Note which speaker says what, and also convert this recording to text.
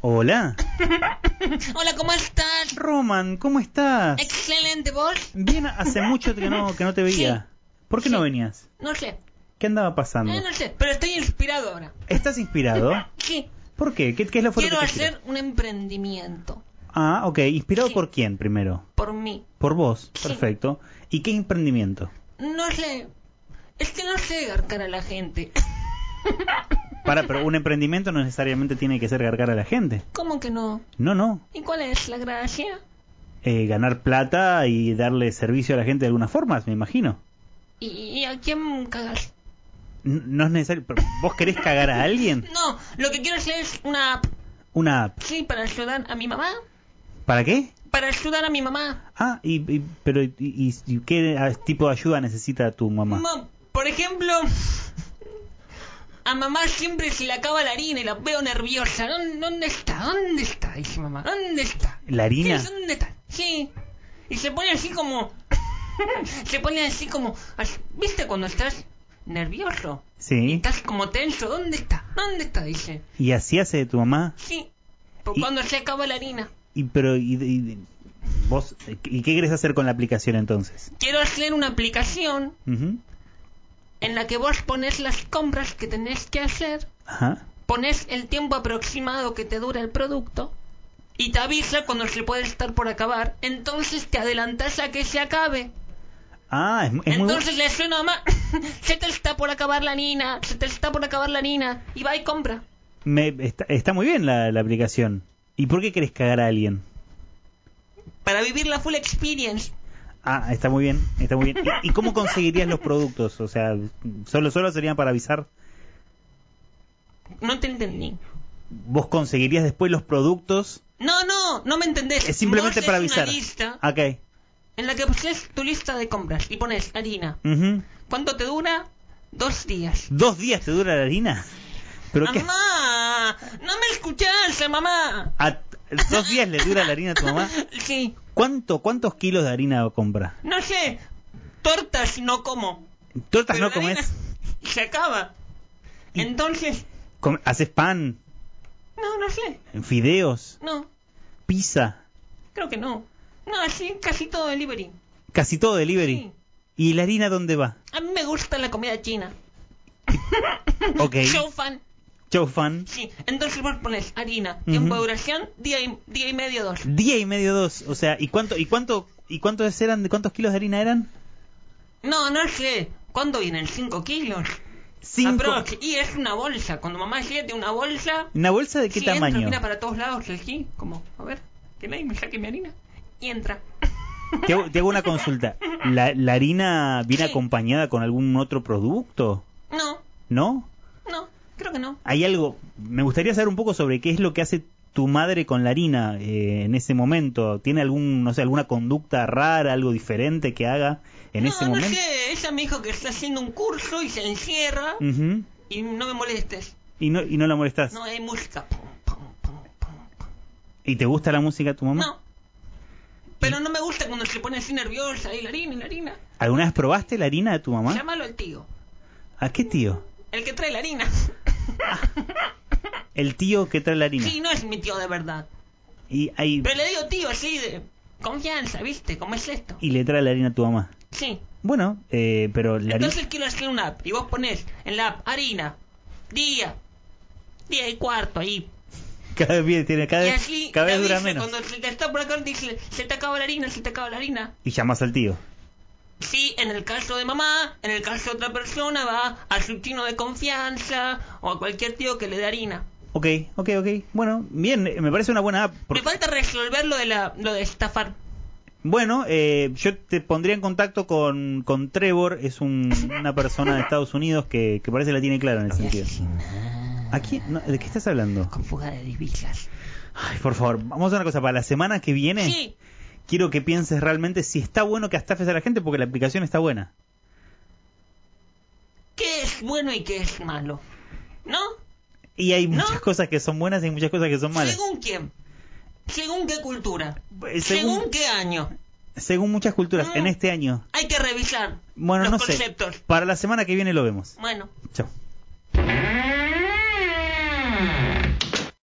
Speaker 1: Hola.
Speaker 2: Hola, ¿cómo estás?
Speaker 1: Roman, ¿cómo estás?
Speaker 2: Excelente, vos.
Speaker 1: Bien, hace mucho que no, que no te veía. ¿Por qué no
Speaker 2: Sí.
Speaker 1: venías?
Speaker 2: No sé,
Speaker 1: ¿Qué andaba pasando?
Speaker 2: eh, no sé, pero estoy inspirado ahora.
Speaker 1: ¿Estás inspirado?
Speaker 2: Sí,
Speaker 1: ¿Por qué? ¿Qué, qué es lo fuerte
Speaker 2: quiero
Speaker 1: que te inspira?
Speaker 2: hacer un emprendimiento
Speaker 1: Ah, ok. ¿Inspirado
Speaker 2: Sí.
Speaker 1: por quién primero?
Speaker 2: por mí.
Speaker 1: Por vos.
Speaker 2: Sí.
Speaker 1: Perfecto. ¿Y qué emprendimiento?
Speaker 2: No sé, es que no sé garcar a la gente.
Speaker 1: Para, pero un emprendimiento no necesariamente tiene que ser cargar a la gente.
Speaker 2: ¿Cómo que no?
Speaker 1: No, no.
Speaker 2: ¿Y cuál es la gracia?
Speaker 1: Eh, ganar plata y darle servicio a la gente de alguna forma, me imagino.
Speaker 2: ¿Y, y a quién cagas?
Speaker 1: N- No es necesario. pero ¿Vos querés cagar a alguien?
Speaker 2: No, lo que quiero hacer es una app,
Speaker 1: Una app.
Speaker 2: sí, para ayudar a mi mamá.
Speaker 1: ¿Para qué?
Speaker 2: Para ayudar a mi mamá.
Speaker 1: Ah, y, y- pero y, y- y qué ah, tipo de ayuda necesita tu mamá?
Speaker 2: Mam, por ejemplo, a mamá siempre se le acaba la harina y la veo nerviosa. ¿Dónde, dónde está? ¿Dónde está? Dice mamá. ¿Dónde está?
Speaker 1: ¿La harina?
Speaker 2: Sí, ¿Dónde está? Sí. Y se pone así como... se pone así como... así- ¿Viste cuando estás nervioso?
Speaker 1: Sí.
Speaker 2: Estás como tenso. ¿Dónde está? ¿Dónde está? Dice.
Speaker 1: ¿Y así hace de tu mamá?
Speaker 2: Sí. Por
Speaker 1: Y-
Speaker 2: cuando se acaba la harina.
Speaker 1: Y pero y, y- vos ¿y qué querés hacer con la aplicación entonces?
Speaker 2: Quiero hacer una aplicación
Speaker 1: Ujú.
Speaker 2: en la que vos pones las compras que tenés que hacer
Speaker 1: Ajá.
Speaker 2: pones el tiempo aproximado que te dura el producto y te avisa cuando se puede estar por acabar, entonces te adelantas a que se acabe.
Speaker 1: Ah, es, mu- es muy bu-
Speaker 2: entonces le suena a mamá, se te está por acabar la nina, se te está por acabar la nina, y va y compra.
Speaker 1: me, está, está muy bien la, la aplicación. ¿Y por qué querés cagar a alguien?
Speaker 2: Para vivir la full experience.
Speaker 1: Ah, está muy bien, está muy bien. ¿Y, y cómo conseguirías los productos? O sea, solo solo serían para avisar.
Speaker 2: No te entendí.
Speaker 1: ¿Vos conseguirías después los productos?
Speaker 2: No, no, no me entendés.
Speaker 1: Es simplemente
Speaker 2: Vos
Speaker 1: para
Speaker 2: haces
Speaker 1: avisar.
Speaker 2: Una lista
Speaker 1: Ok.
Speaker 2: en la que pones tu lista de compras y pones harina.
Speaker 1: Ujú.
Speaker 2: ¿Cuánto te dura? Dos días.
Speaker 1: ¿Dos días te dura la harina? ¿Pero qué?
Speaker 2: Mamá, no me escuchás, mamá.
Speaker 1: ¿A dos días le dura la harina a tu mamá?
Speaker 2: Sí,
Speaker 1: ¿Cuánto, ¿Cuántos kilos de harina compra?
Speaker 2: no sé, tortas no como.
Speaker 1: ¿Tortas
Speaker 2: pero
Speaker 1: Ah, no
Speaker 2: la harina
Speaker 1: comes?
Speaker 2: Se acaba.
Speaker 1: Y-
Speaker 2: Entonces,
Speaker 1: Come- ¿Haces pan?
Speaker 2: no, no sé,
Speaker 1: ¿Fideos?
Speaker 2: no,
Speaker 1: ¿Pizza?
Speaker 2: creo que no. No, así casi todo delivery.
Speaker 1: Casi todo delivery.
Speaker 2: Sí.
Speaker 1: ¿Y la harina dónde va?
Speaker 2: A mí me gusta la comida china.
Speaker 1: Ok.
Speaker 2: Show fan.
Speaker 1: Chau, fan.
Speaker 2: Sí, entonces vos pones harina, tiempo de
Speaker 1: Ujú.
Speaker 2: duración, día y, día y medio, dos.
Speaker 1: Día y medio dos. O sea, ¿y cuánto, y cuánto, y cuántos eran, de cuántos kilos de harina eran?
Speaker 2: No, no sé, ¿cuándo vienen? ¿Cinco kilos?
Speaker 1: Cinco.
Speaker 2: Aprox. Y es una bolsa, cuando mamá llega de una bolsa...
Speaker 1: ¿Una bolsa de qué
Speaker 2: Sí,
Speaker 1: tamaño?
Speaker 2: Entra, mira para todos lados, aquí, como, a ver, que nadie me saque mi harina. Y entra.
Speaker 1: Te hago, te hago una consulta. ¿La, la harina viene
Speaker 2: Sí.
Speaker 1: acompañada con algún otro producto?
Speaker 2: No,
Speaker 1: ¿No?
Speaker 2: no, creo que no.
Speaker 1: Hay algo, me gustaría saber un poco sobre qué es lo que hace tu madre con la harina eh, en ese momento. ¿Tiene algún, no sé, alguna conducta rara, algo diferente que haga en
Speaker 2: no,
Speaker 1: ese
Speaker 2: no
Speaker 1: momento?
Speaker 2: sé, ella me dijo que está haciendo un curso y se encierra
Speaker 1: Ujú.
Speaker 2: y no me molestes.
Speaker 1: y, no, y no la molestas.
Speaker 2: No hay música. Pum, pum, pum, pum, pum.
Speaker 1: ¿Y te gusta la música de tu mamá?
Speaker 2: No. Pero no me gusta cuando se pone así nerviosa y la harina y la harina.
Speaker 1: ¿Alguna vez probaste la harina de tu mamá?
Speaker 2: Llámalo al tío,
Speaker 1: ¿A qué tío?
Speaker 2: el que trae la harina.
Speaker 1: El tío que trae la harina.
Speaker 2: sí, no es mi tío de verdad.
Speaker 1: Y, ahí,
Speaker 2: Pero le digo tío así de confianza, ¿viste? ¿Cómo es esto?
Speaker 1: y le trae la harina a tu mamá.
Speaker 2: Sí.
Speaker 1: Bueno, eh, pero la harina...
Speaker 2: Entonces quiero hacer una app y vos ponés en la app harina, día, día y cuarto ahí.
Speaker 1: Cada vez, tiene, cada
Speaker 2: y
Speaker 1: vez,
Speaker 2: así
Speaker 1: cada
Speaker 2: te
Speaker 1: vez dura
Speaker 2: avisa
Speaker 1: menos.
Speaker 2: cuando se te está por acá dice, se te acaba la harina, se te acaba la harina.
Speaker 1: Y llamas al tío.
Speaker 2: Sí, en el caso de mamá, en el caso de otra persona va a su chino de confianza o a cualquier tío que le dé harina.
Speaker 1: Ok, ok, ok. Bueno, bien, eh, me parece una buena app. porque-
Speaker 2: Me falta resolver lo de la, lo de estafar.
Speaker 1: Bueno, eh, yo te pondría en contacto con, con Trevor, es un- una persona de Estados Unidos que, que parece la tiene clara en el sentido. ¿A quién? No, ¿De qué estás hablando?
Speaker 2: Con fuga de divisas.
Speaker 1: Ay, por favor, vamos a hacer una cosa, para la semana que viene
Speaker 2: Sí,
Speaker 1: quiero que pienses realmente si está bueno que estafes a la gente porque la aplicación está buena.
Speaker 2: ¿qué es bueno y qué es malo? ¿No?
Speaker 1: Y hay
Speaker 2: ¿No?
Speaker 1: muchas cosas que son buenas y hay muchas cosas que son malas.
Speaker 2: ¿Según quién? ¿Según qué cultura?
Speaker 1: Eh,
Speaker 2: ¿Según,
Speaker 1: según,
Speaker 2: qué año?
Speaker 1: según muchas culturas,
Speaker 2: Mm.
Speaker 1: en este año.
Speaker 2: Hay que revisar
Speaker 1: Bueno,
Speaker 2: los
Speaker 1: no sé.
Speaker 2: conceptos.
Speaker 1: Para la semana que viene lo vemos.
Speaker 2: Bueno.
Speaker 1: Chao.